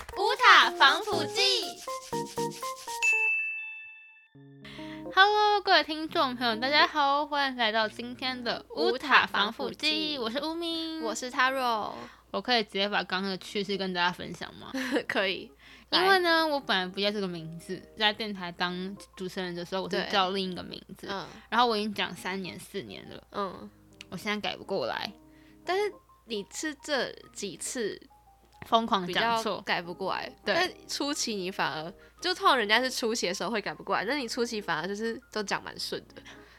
法防腐剂。Hello，各位听众朋友，大家好，欢迎来到今天的乌塔防腐剂，我是乌明，我是 Taro，我可以直接把刚刚的趣事跟大家分享吗？ 可以，因 来为呢，我本来不叫这个名字，在电台当主持人的时候，我是对叫另一个名字，嗯然后我已经讲三年四年了，嗯，我现在改不过来，但是你是这几次疯狂比讲较错，改不过来，对但初期你反而就通常人家是初期的时候会改不过来，那你初期反而就是都讲蛮顺的，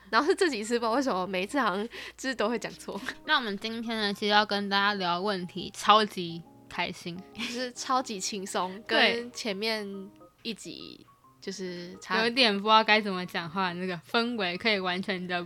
然后是这几次不知道为什么每一次好像就是都会讲错，那我们今天呢，其实要跟大家聊问题，超级开心， 就是超级轻松，对跟前面一集就是差有点不知道该怎么讲话，那个氛围可以完全的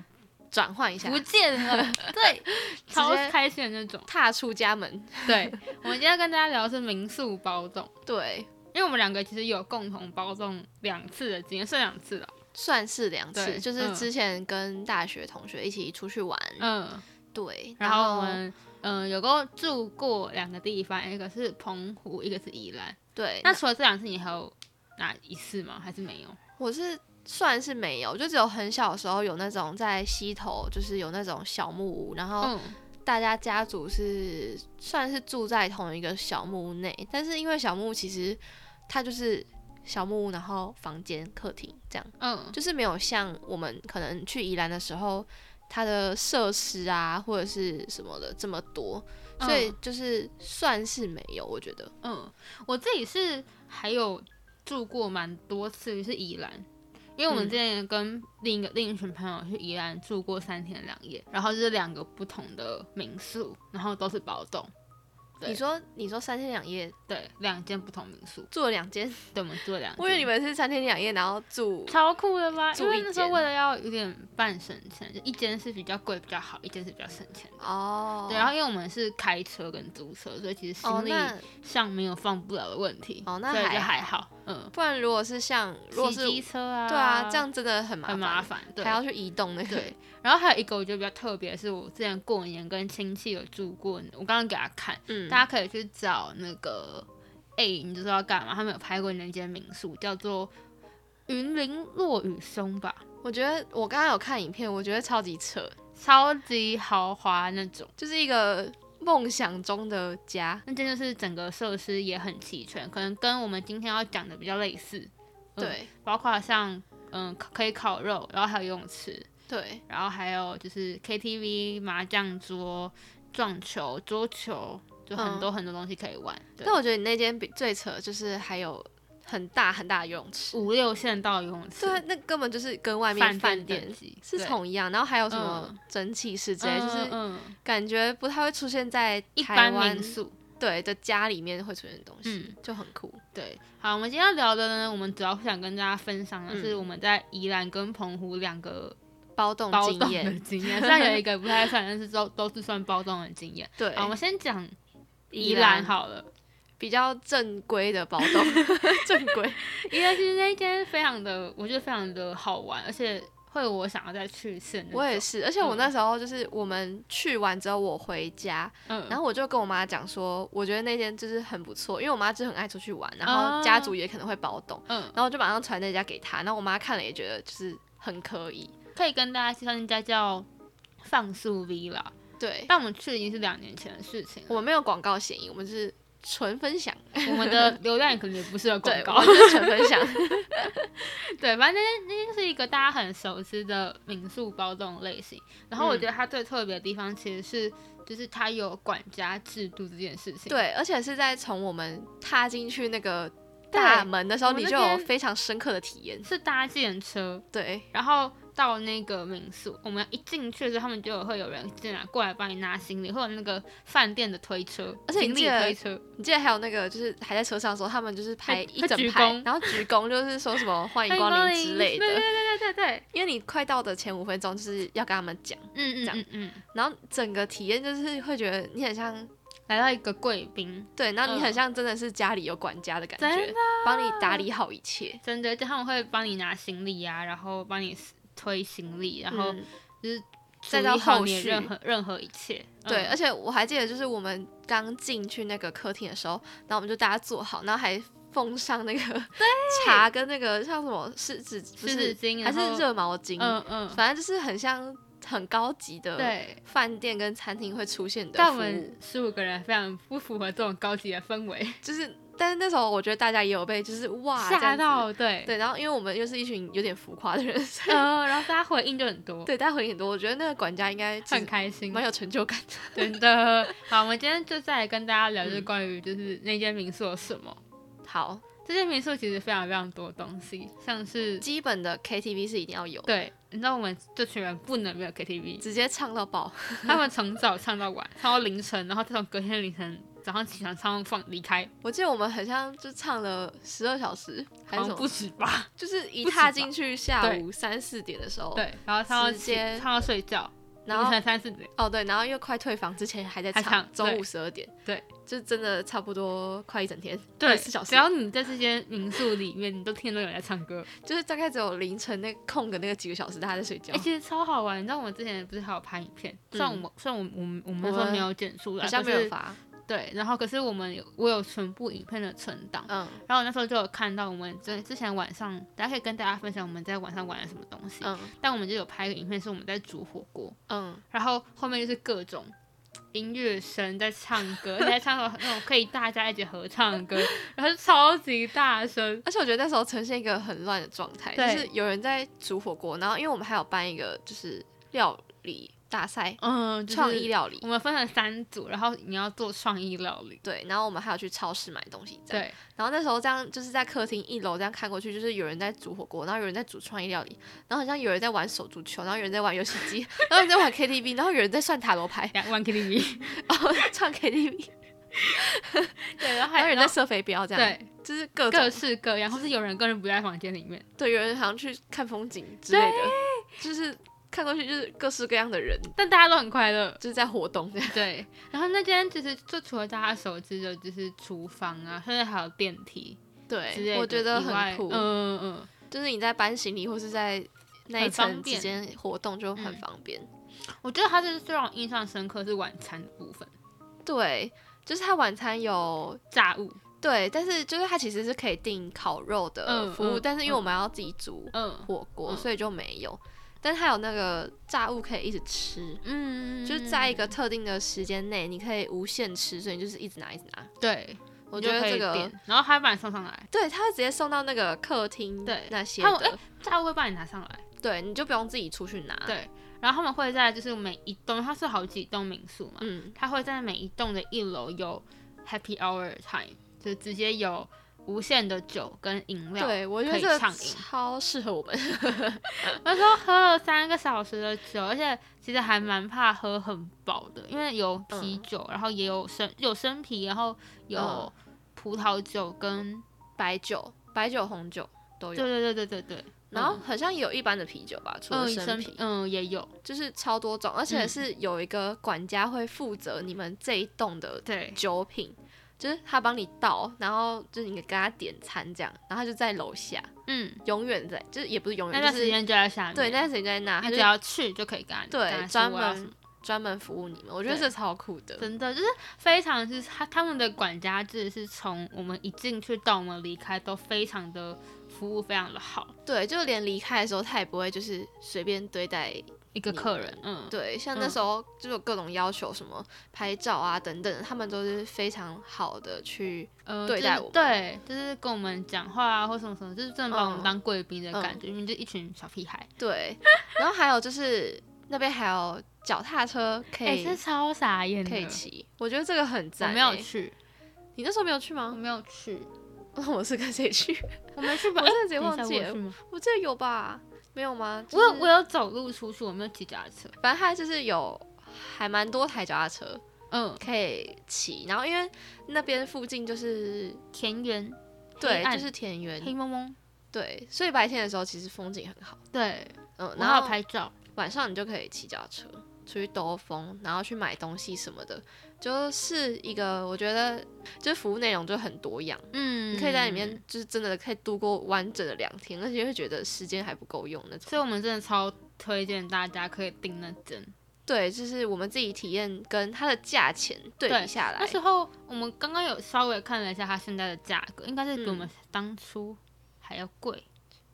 转换一下不，见 了，对，超直接开心的那 种。踏出家门，对，我们今天要跟大家聊的是民宿包栋，对，因为我们两个其实有共同包栋两次的经验，算两次了。算是两对次，就嗯是之前跟大学同学一起出去玩，嗯，对，然后我们嗯有过住过两个地方，一个是澎湖，一个是宜兰。对，那除了这两次，你还有哪一次吗？还是没有？我是算是没有，就只有很小的时候有那种在溪头，就是有那种小木屋，然后嗯，大家家族是算是住在同一个小木屋内，但是因为小木屋其实它就是小木屋，然后房间、客厅这样，嗯，就是没有像我们可能去宜兰的时候，它的设施啊或者是什么的这么多，所以嗯就是算是没有，我觉得，嗯，我自己是还有住过蛮多次，是宜兰，因为我们嗯之前跟另一个、另一群朋友去宜兰住过三天两夜，然后就是两个不同的民宿，然后都是包栋，对你说你说三天两夜对，两间不同民宿，住了两间，对，我们住了两间。我以为你们是三天两夜，然后住超酷的吧？因住为一那时候间为了要有点半省钱，就一间是比较贵比较好，一间是比较省钱的。哦，对，然后因为我们是开车跟租车，所以其实哦行，李那上没有放不了的问题，哦那所以还就好还好，嗯，不然如果是像如果骑是机车啊，对啊，这样真的很麻很烦，麻烦，对还。要去移动那个对，然后还有一个我觉得比较特别，是我之前过年跟亲戚有住过，我刚刚给他看，嗯，大家可以去找那个，哎、你就知道干嘛？他们有拍过那间民宿，叫做云林落雨松吧，我觉得我刚刚有看影片，我觉得超级扯，超级豪华那种。就是一个梦想中的家，那间就是整个设施也很齐全，可能跟我们今天要讲的比较类似，嗯对包括像嗯可可以烤肉，然后还有游泳池，对，然后还有就是 KTV、麻将桌、撞球、桌球，就很多很多东西可以玩。对嗯但我觉得你那间比最扯就是还有很大很大的游泳池，五六线道游泳池，对，那根本就是跟外面饭饭店店等。级是对同一样，然后还有什么嗯蒸汽室之类，就是嗯嗯感觉不太会出现在一台般湾民宿。对的家里面会出现的东西，嗯就很酷。对，好，我们今天要聊的呢，我们主要想跟大家分享的是嗯我们在宜兰跟澎湖两个包动包经栋的验，经 验，虽然有一个不太算，但是都都是算包栋的经验。对，好，我们先讲宜宜兰兰好了。比较正规的包栋， 正规。宜兰其实那一间非常的，我觉得非常的好玩，而且会有我想要再去一次的那种。我也是，而且我嗯那时候就是我们去完之后我回家，嗯，然后我就跟我妈讲说，我觉得那间就是很不错，因为我妈就是很爱出去玩，然啊后家族也可能会包栋，嗯，然后我就马上传那家给她，然后我妈看了也觉得就是很可以。可以跟大家介绍那家叫放素 V 啦，对，但我们去已经是两年前的事情我了，们没有广告嫌疑，我们是纯分享，我们 的流量可能也不是有广对，我告们。就是纯 分享。 对，反正那间那间是一个大家很熟知的民宿包这种类型。然后我嗯觉得它最特别的地方其实是，就是它有管家制度这件事情。，对，而且是在从我们踏进去那个对大门的时候，我们你那就有天非常深刻的体验。是搭建车，对，然后到那个民宿，我们一进去的时候，他们就有会有人进来过来帮你拿行李，或者那个饭店的推车，而且你行李记得推车，你记得还有那个，就是还在车上的时候，他们就是拍会一会整鞠排躬，然后鞠躬，就是说什 么欢迎光哎光临之类的。对对对对对对，因为你快到的前五分钟就是要跟他们讲，嗯这样嗯嗯嗯，然后整个体验就是会觉得你很像来到一个贵宾，对，然后你很嗯像真的是家里有管家的感真觉的，帮你打理好一切。真的，就他们会帮你拿行李啊，然后帮你推行李，然后嗯处再理到好后你的续任何任何一切，对，嗯而且我还记得，就是我们刚进去那个客厅的时候，然后我们就大家坐好，然后还奉上那个茶跟那个像什么湿纸，不湿纸是巾，还然是后，热毛巾，嗯嗯，反正就是很像很高级的对。饭店跟餐厅会出现的但我服们务，十五个人非常不符合这种高级的氛围，就是但是那时候我觉得大家也有被就是哇这 吓样子到对，对，然后因为我们又是一群有点浮夸的人， 所以嗯，然后大家回应就很多，对大家回应很多，我觉得那个管家应该其很实开心，蛮有成就感的。 真的。好，我们今天就再来跟大家聊，就是嗯关于就是那间民宿有什么。好，这间民宿其实非常非常多东西，像是基本的 KTV 是一定要有，对，你知道我们这群人不能没有 KTV，直接唱到爆。 他们从早唱到晚，唱到凌晨，然后再从隔天凌晨早上起床唱放离开，我记得我们很像就唱了十二小时还好像是什么不，止吧？就是一不止踏吧进去下对午三四点的哦时候，，对，然后唱到直起接唱到睡觉，然凌后晨三四点，哦对，然后又快退房之前还在还唱中对午十二点，对，就真的差不多快一整天，对，四小时只要你在这间民宿里面，你都听得到有人在唱歌，就是大概只有凌晨那空的那个几个小时大家在睡觉哎、，其实超好玩。你知道我们之前不是还有拍影片，虽然我们虽然我们我们我们那时候没有剪出来，嗯好像可没啊是有罚，对，然后可是我们有我有全部影片的存档，嗯然后我那时候就有看到我们之之前晚上，大家可以跟大家分享我们在晚上玩了什么东西。嗯但我们就有拍一个影片，是我们在煮火锅，嗯，然后后面就是各种音乐声在唱歌，而且还唱到那种可以大家一起合唱的歌，然后就超级大声。而且我觉得那时候呈现一个很乱的状态，就对是有人在煮火锅，然后因为我们还有办一个就是料理大赛，嗯，就是创意料理我，们分成三组，然后你要做创意料理。对，然后我们还有去超市买东西，这样。对，然后那时候这样就是在客厅一楼这样看过去，就是有人在煮火锅，然后有人在煮创意料理，然后好像有人在玩手足球，然后有人在玩游戏机，然后有人在玩 KTV，然后有人在算塔罗牌，哦两万 KTV，然 后唱 KTV，对， 然后然还后有有人在射飞镖这样，对就是各种各式各样，或是有人根本不在房间里面。对，有人好像去看风景之类的，就是看过去就是各式各样的人但大家都很快乐。就是在活动这样，对，然后那间其实就除了大家熟知的，就是厨房啊，甚至还有电梯之类对，的我觉得以外很酷，嗯嗯嗯，就是你在搬行李或是在那一很方层之便间活动就很嗯方便。我觉得它是最让我印象深刻是晚餐的部分，对，就是它晚餐有炸物，对，但是就是它其实是可以订烤肉的嗯服务，嗯但是因为我们要自己煮嗯火锅，嗯所以就没有。但它有那个炸物可以一直吃，嗯就是在一个特定的时间内，你可以无限吃，所以你就是一直拿一直拿。对，我你觉就得可以这个点，然后它会把你送上来，对，它会直接送到那个客厅对那些他们的，炸物会帮你拿上来，对，你就不用自己出去拿。对，然后他们会在就是每一栋，它是好几栋民宿嘛，嗯，它会在每一栋的一楼有 Happy Hour Time，就直接有无限的酒跟饮料，对，我觉可得以这个畅饮超适合我们。那时候喝了三个小时的酒，而且其实还蛮怕喝很饱的，因为有啤酒，嗯然后也有生有生啤，然后有葡萄酒跟白酒、白酒、红酒都对有，对对对对对，然后好像也有一般的啤酒吧，除了嗯生生啤啤，嗯也有就是超多种，而且嗯是有一个管家会负责你们这一栋的对酒品，就是他帮你倒，然后就是你给他点餐这样，然后他就在楼下，嗯，永远在，就是也不是永那远，段哦就是时间就在下面，对那段时间在那，你他只就要去就可以跟他跟对他专说我要什门么专门服务你们，我觉得对这超酷的，真的就是非常就是他他们的管家制是从我们一进去到我们离开都非常的服务非常的好，对，就连离开的时候他也不会就是随便对待一个你客们人，嗯，对，像那嗯时候就有各种要求，什么拍照啊等等，他们都是非常好的去，呃，对就是待我们对，就是跟我们讲话啊，或什么什么，就是真的把我嗯们当贵宾的感觉，因为就一群小屁孩，对，然后还有就是那边还有脚踏车可哎、以、是超傻眼的。可以欸骑，我觉得这个很我赞、没有，去，你那时候没有去我吗？ 没有去，我是跟谁去？我没去吧？我哎真的直接 等一忘下记我有了去吗我记得有吧？没有吗？就我有是我有走路出去，我没有骑脚踏车。反正它就是有还蛮多台脚踏车嗯，可以骑，然后因为那边附近就是田园，对，暗就是田黑园，蒙蒙，对，所以白天的时候其实风景很好。对，嗯，然然后后拍照，晚上你就可以骑脚踏车出去兜风，然后去买东西什么的，就是一个我觉得就是服务内容就很多样，嗯，你可以在里。面就是真的可以度过完整的两天，而且会觉得时间还不够用那种。所以我们真的超推荐大家可以订那间，对，就是我们自己体验跟它的价钱对对比下来那，时候我们刚刚有稍微看了一下它现在的价格，应该是比我嗯们当初还要贵，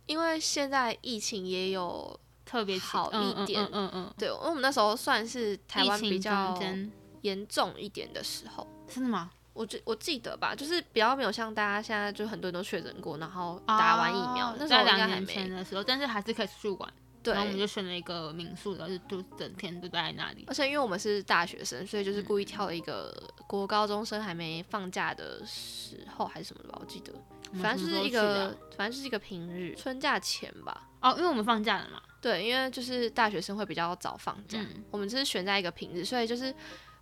因为现在疫情也有，特别起好嗯一点嗯嗯嗯对，因为我们那时候算是台嗯，疫湾情比较中间严重一点的时候，真的吗？我记我记得吧，就是比较没有像大家现在就很多人都确诊过，然后打完疫苗，哦那时在候我应两该还年前没的时候，但是还是可以出去玩。对然后我们就选了一个民宿，然后就就整天都待在那里。而且因为我们是大学生，所以嗯就是故意挑了一个国高中生还没放假的时候还是什么的吧，我记得，我们反正什就么时是候一去的个啊，反正就是一个平日春假前吧。哦，因为我们放假了嘛，对，因为就是大学生会比较早放假，嗯我们就是选在一个平日，所以就是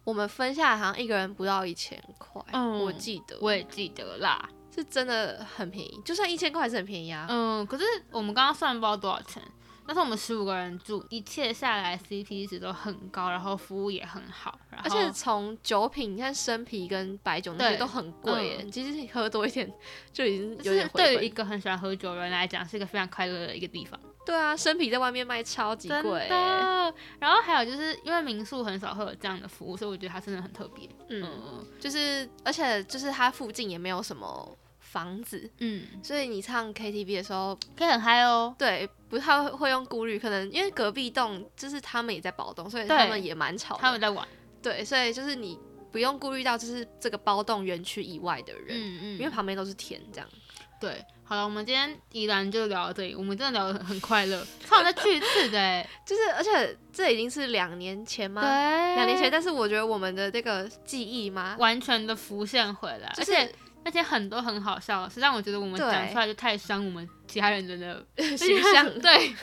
我们分下来好像一个人不到一千块，嗯我记得我也记得啦。是真的很便宜，就算一千块还是很便宜啊。嗯，可是我们刚刚算不知道多少钱，但是我们十五个人住，一切下来 CP 值都很高，然后服务也很好，然后而且从酒品，你看生啤跟白酒那些对都很贵耶，嗯其实你喝多一点 就已经有就是点回对于本一个很喜欢喝酒的人来讲，是一个非常快乐的一个地方，对啊，生啤在外面卖超级真贵耶，的。欸然后还有就是因为民宿很少会有这样的服务，所以我觉得它真的很特别。嗯，嗯就是而且就是它附近也没有什么房子，嗯，所以你唱 KTV 的时候，可以很嗨哦。对，不太会会用顾虑，可能因为隔壁栋就是他们也在保栋，所以对他们也蛮吵他们的，在玩，对，所以就是你不用顾虑到就是这个包栋园区以外的人，嗯嗯，因为旁边都是田这样。对，好了，我们今天宜兰就聊到这里，我们真的聊得很快乐，超想再去一次的欸、就是，而且这已经是两年前吗？ 对，两两年前，但是我觉得我们的这个记忆嘛，完全的浮现回来，就是而且那些很多很好笑的事，让我觉得我们对讲出来就太伤我们其他人真的，形象对，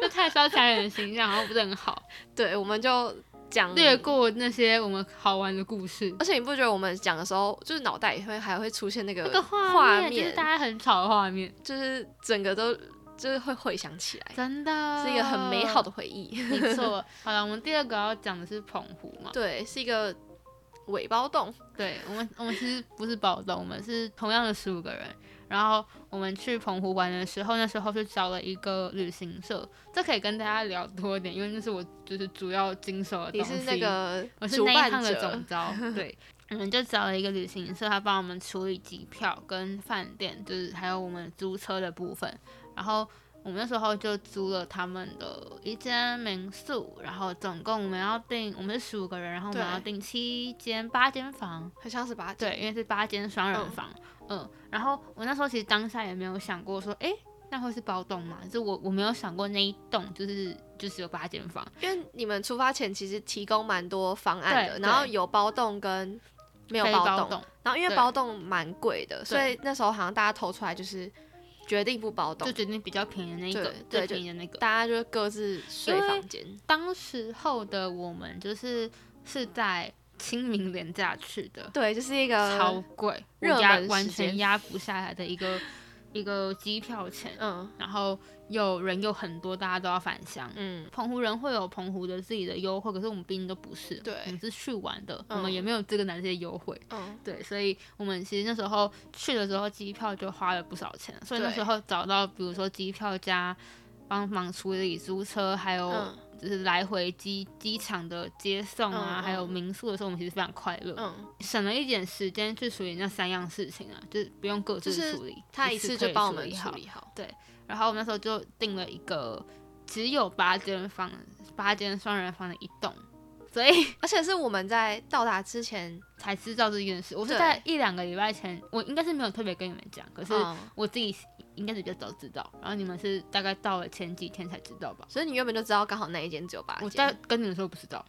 就太伤其他人的形象，然后不是很 好，对，我们就讲略。过那些我们好玩的故事。而且你不觉得我们讲的时候，就是脑袋也会还会出现那个那个画面就是大家很吵的画面，就是整个都就是会回想起来，真的是一个很美 好的，回忆。没错。好了，我们第二个要讲的是澎湖 嘛，对，是一个尾包洞，对我们，我们其实不是暴动，我们是同样的十五个人。然后我们去澎湖玩的时候，那时候是找了一个旅行社，这可以跟大家聊多一点，因为那是我就是主要经手的你东西。是那个我是主那一办趟的者总， 招，对。我们就找了一个旅行社，他帮我们处理机票跟饭店，就是还有我们租车的部分。然后我们那时候就租了他们的一间民宿，然后总共我们要订，我们是十五个人，然后我们对要订七间八间房，很像是把对，因为是八间双人房，嗯然后我那时候其实当下也没有想过说，诶，那会是包栋吗？就我我没有想过那一栋就是就只有八间房，因为你们出发前其实提供蛮多方案的，对然后有包洞跟没有非包包洞，栋然后因为对包栋蛮贵的，所以那时候好像大家投出来就是决定不包就栋，决定比较便宜的那一个对，最对就便宜的那个。大家就各自睡因为房间。当时候的我们就是是在清明连假去的，对，就是一超个贵，我热压门完时全间压不下来的一个一个机票钱，嗯然后有人又很多，大家都要返乡，嗯，澎湖人会有澎湖的自己的优惠，可是我们毕竟都不是，对我们是去玩的，嗯我们也没有资格拿这些优惠，嗯，对，所以我们其实那时候去的时候，机票就花了不少钱，所以那对时候找到比如说机票加帮忙处理租车，还有嗯就是来回机机场的接送啊，嗯嗯还有民宿的时候，我们其实非常快乐，嗯，省了一点时间去处理那三样事情啊，就是不用各就自是处理，他一一次次可就以帮我们理处好。理好。然后我们那时候就订了一个只有八间房、八间双人房的一栋，所以而且是我们在到达之前，才知道这件事。我是对在一两个礼拜前，我应该是没有特别跟你们讲，可是嗯，我自己应该是比较早知道，然后你们是大概到了前几天才知道吧？所以你原本就知道刚好那一间只有八我在间，跟你们说不知道，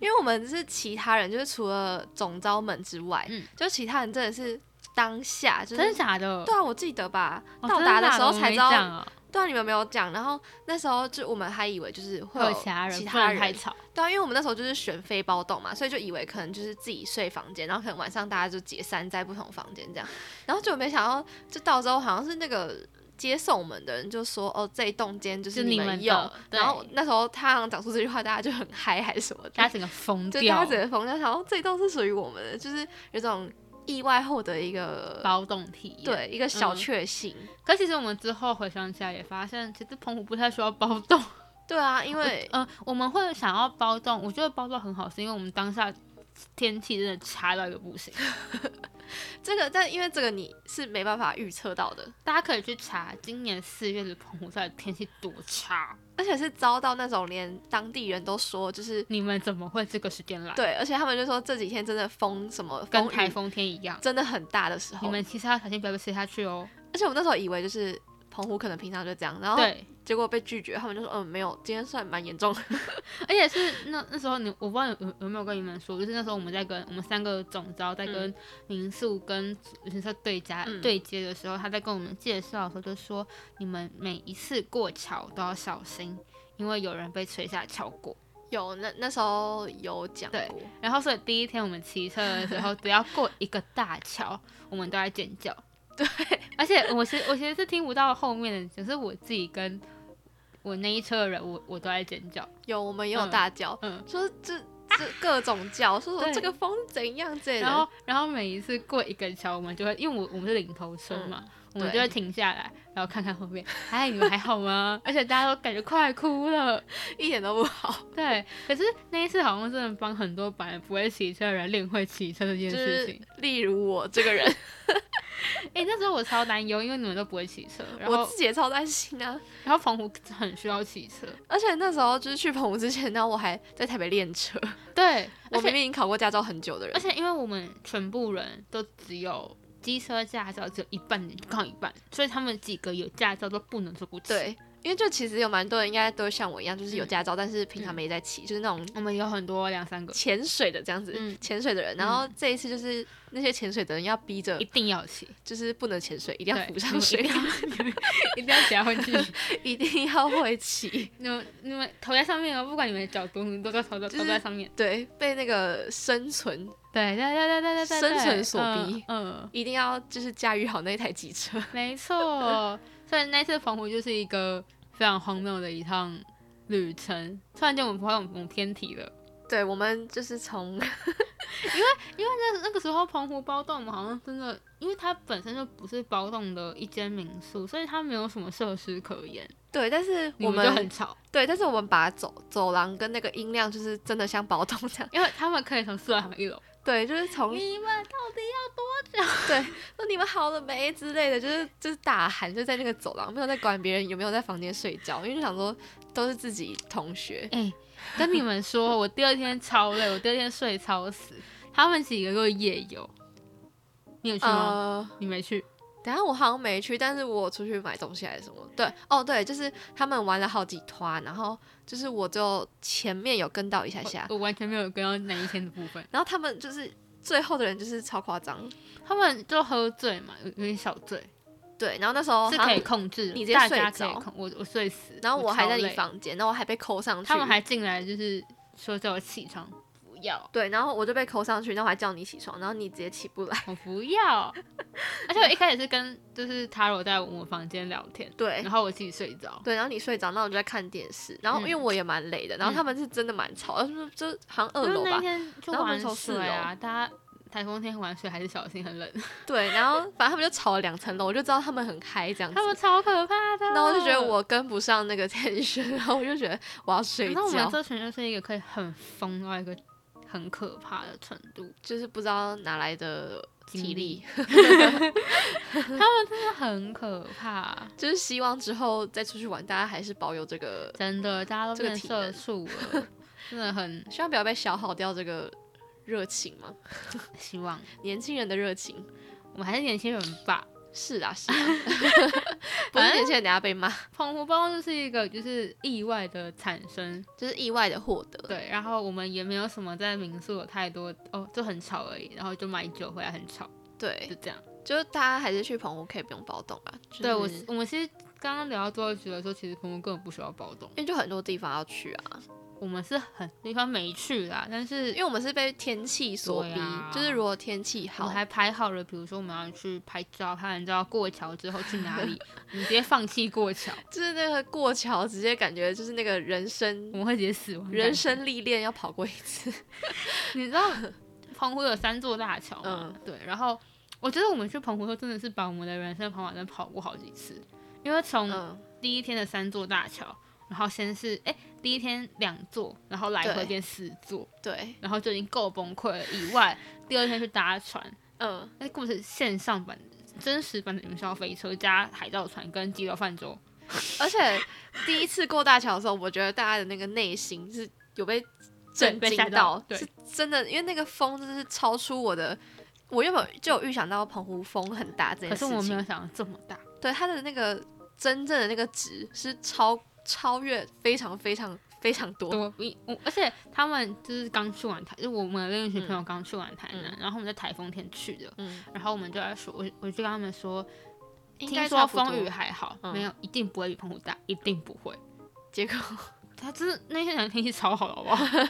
因为我们是其他人，就是除了总招们之外，嗯就其他人真的是当下就是真的假的？对啊，我记得吧，哦到达的时候才知道真的假的我没讲啊对啊，你们没有讲。然后那时候就我们还以为就是会会有有其他人，其不他然太人，吵。对啊，因为我们那时候就是选非包栋嘛，所以就以为可能就是自己睡房间，然后可能晚上大家就解散在不同房间这样。然后就没想到，就到时候好像是那个接送我们的人就说，哦，这一栋间就是就你们们的用。对然后那时候他好像讲出这句话，大家就很嗨还是什么的，大家整个疯就大掉家，整个疯掉，想后这一栋是属于我们的，就是有种意外后的一个包动体验。，对一个小嗯确幸。可其实我们之后回想起来也发现，其实澎湖不太需要包动。对啊，因为嗯、我们会想要包粽，我觉得包粽很好吃，因为我们当下天气真的差到一个不行，嗯这个，但因为这个你是没办法预测到的，大家可以去查今年四月的澎湖到底天气多差，而且是遭到那种连当地人都说就是你们怎么会这个时间来？，对，而且他们就说这几天真的风什么跟风台雨风天一样，真的很大的时候，你们其实要小心不要被吹下去哦。而且我那时候以为就是澎湖可能平常就这样，然后对，结果被拒绝，他们就说嗯没有，今天算蛮严重的。 而且是那那时候你我不知道有有有没有跟你们说，就是那时候我们在跟我们三个总招在跟民宿跟旅行社对家、嗯对接的时候，他在跟我们介绍的时候就说，你们每一次过桥都要小心，因为有人被吹下桥过。有那那时候有讲对过，然后所以第一天我们骑车的时候，只要过一个大桥，我们都在尖叫。对，而且我其实我其实是听不到后面的，只是我自己跟我那一车的人，我我都在尖叫。有我们也有嗯大叫，嗯，说这这各种叫，说什对么这个风是怎样之类然的。后，然后每一次过一个桥，我们就会，因为我我们是领头车嘛，我们就对会停下来，然后看看后面，哎，你们还好 吗？而且大家都感觉快哭了。一点都不好，对，可是那一次好像真的帮很多本来不会骑车的人练会骑车这件就事是情。例如我这个人，哎、那时候我超担忧，因为你们都不会骑车， 然我后自己也超担心啊。然后澎湖很需要骑车，而且那时候就是去澎湖之前，然后我还在台北练车，对，而我明且明已经考过驾照很久的人而，且因为我们全部人都只有机车驾照，只有一半靠一半，所以他们几个有驾照都不能坐不骑。，对，因为就其实有蛮多人应该都像我一样，就是有嗯驾照，但是平常没在骑，就是那种我们有很多两 三个潜水的这样子，嗯潜水的人。然后这一次就是那些潜水的人要逼着一，定要骑，就是不能潜水，一定对嗯要浮上水你里，们一定要一定要夹回去。一定要会骑。 你们你们头在上面哦，不管你们脚多努力，都在头在就头是在上面。 对，被那个生存 对对对对对对对，生存对所逼嗯，嗯一定要就是驾驭好那台机车，没错。所以那次澎湖就是一个非常荒谬的一趟旅程。突然间我们发现我们偏题了。对我们就是从那那个时候澎湖包栋，我们好像真的，因为它本身就不是包栋的一间民宿，所以它没有什么设施可言，对，但是你我们就很吵，对，但是我们把走走廊跟那个音量就是真的像宝筒这样，因为他们可以从四楼喊到一楼，对，就是从你们到底对，说你们好了没之类的，就是就是大喊，就在那个走廊，没有在管别人有没有在房间睡觉，因为就想说都是自己同学，哎、跟你们说，我第二天超累，我第二天睡超死。他们几个都夜游，你有去吗？呃，你没去？等一下我好像没去，但是我出去买东西还是什么，对，哦对，就是他们玩了好几团，然后就是我就前面有跟到一下下，我完全没有跟到哪一天的部分。然后他们就是最后的人就是超夸张，他们就喝醉嘛，有有点小醉，对，然后那时候是好可以像，控制的，你直接大家睡可着以控，我我睡死，然后我我还超在你累，房间，然后我还被扣上去，他们还进来就是说叫我起床，不要，对，然后我就被扣上去，然后我还叫你起床，然后你直接起不来。 我不 要。而且我一开始是跟就是他罗在我们房间聊天，对然后我自己睡着，对，然后你睡着，那我就在看电视，然后因为嗯我也蛮累的，然嗯后他们是真的蛮吵，就是就好像二因为楼那吧一，天就然后我们玩从四水啊，大家台风天玩水还是小心，很冷。对，然后反正他们就吵了两层楼，我就知道他们很嗨这样子 他。们超可怕的。然后我就觉得，我跟不上那个 tension，然后我就觉得我要睡那我们觉，这群就是一个可以很疯到一个很可怕的程度，就是不知道哪来的精体力，真的很可怕，就是希望之后再出去玩，大家还是保有这个，真的，大家都这个变体社能畜了，真的很希望不要被消耗掉这个热情嘛， 希望年轻人的热情。我们还是年轻人吧。是啊，是啊， 不是年轻人等下被骂，澎湖包就是一个就是意外的产生，就是意外的获得。对，然后我们也没有什么在民宿有太多哦，就很吵而已，然后就买酒回来很吵，对就，这样。就是大家还是去澎湖可以不用包栋吧？就是、对我因我们其实刚刚聊到最后，觉得说其实澎湖根本不需要包栋，为就很多地方要去啊，我们是很地方没去啦，但是因为我们是被天气所逼，对啊就是如果天气我好们，还排好了，比如说我们要去拍照，拍完照过桥之后去哪 里，我们直接放弃过桥，就是那个过桥直接感觉就是那个人我生们会直接死亡。人，生历练要跑过一次， 你知道澎湖有三座大桥吗？嗯对，然后我觉得我们去澎湖的时候真的是把我们的人生跑马灯跑过好几次，因为从嗯，第一天的三座大桥，然后先是哎、第一天两座，然后来回对变四座，对，然后就已经够崩溃了。以外，第二天去搭船，嗯，那根本是线上版真实版的云霄飞车加海盗船跟激流泛舟，而且第一次过大桥的时候，我觉得大家的那个内心是有被震被惊吓到对是真的，因为那个风真的是超出我的。我原本就有预想到澎湖风很大这件可事是情，我没有想到这么大。对它的那个真正的那个值是超超越非常非常非常多，多比我，而且他们就是刚去完台，就我们另一群朋友刚去完台南，嗯然后我们在台风天去的，嗯，然后我们就在说，我我就跟他们说，应听该说差不多风雨，还好，嗯没有，一定不会比澎湖大，一定不会。结果他真的那天两天气超好的，好不 好？直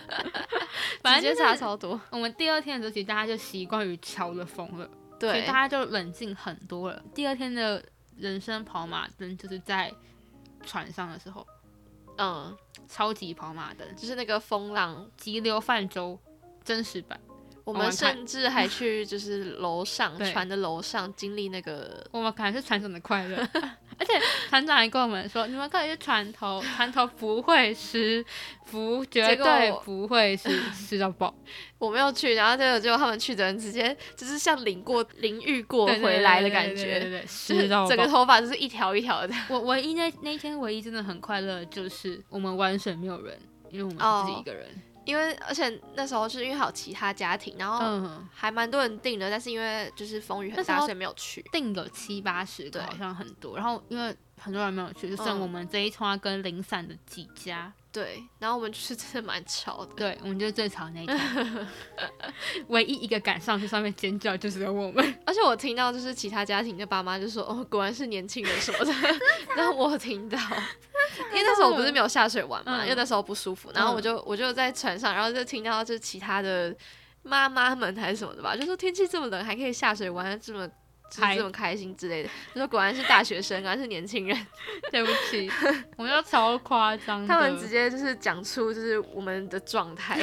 反正接就差是超多，我们第二天的时候，其实大家就习惯于桥的风了，所以对大，家就冷静很多了。第二天的人生跑马灯就是在船上的时候，嗯，超级跑马灯，就是那个风浪，急流泛舟真实版。我我们们看甚至还去就是楼 上对船的楼上经历那个，我们感觉是船长的快乐，而且船长还跟我们说，你们可以去船头，船头不会湿，不绝结果对不会湿，湿到爆。我没有去，然后结果结果他们去的人直接就是像淋过淋浴过对对回来的感对对对对觉，对对就是湿到整个爆。头发就是一条一条的，我唯一那那一天唯一真的很快乐，就是我们玩水没有人，因为我哦们自己一个人。因为而且那时候是因为还有其他家庭，然后。嗯，还蛮多人订的，但是因为就是风雨那很时大，候所以没有去。定有七八十个，对好像很多。然后因为很多人没有去，就剩嗯我们这一窗跟零散的几家。对，然后我们就是真的蛮吵的，对，我们就是最吵那一家，唯一一个敢上去上面尖叫就是我们。而且我听到就是其他家庭的爸妈就说：“哦，果然是年轻人什么的。”然后我有听到， 因为那时候我不是没有下水玩嗯嘛，因为那时候不舒服，然后我就我就在船上，然后就听到就是其他的妈妈们还是什么的吧，就说天气这么冷还可以下水玩，这么。就是嗨这么开心之类的，就说果然是大学生，果然是年轻人， 对不起，我们要超夸张的，他们直接就是讲出就是我们的状 态，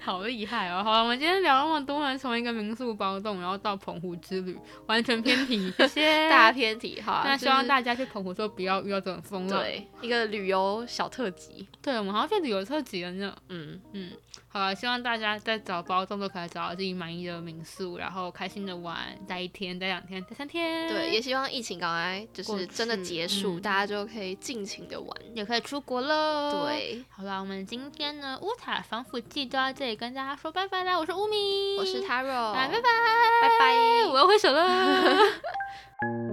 好厉害哦！好了，我们今天聊那么多，人从一个民宿包栋，然后到澎湖之旅，完全偏题，谢谢 大偏题哈。那就希望是大家去澎湖的时候不要遇到这种风浪。，对一个旅游小特辑，对我们好像变旅游特辑了呢。嗯，嗯，好了，希望大家在找包栋都可以找到自己满意的民宿，然后开心的玩，待一天，待两天，待三天。对，也希望疫情赶快就嗯过是真的去结束，嗯哦大家就可以尽情的玩。也可以出国了。。对，好了，我们今天呢乌塔防腐剂就到这里跟大家说拜拜啦！我是乌米，我是 Taro，拜拜，拜拜我又会手了。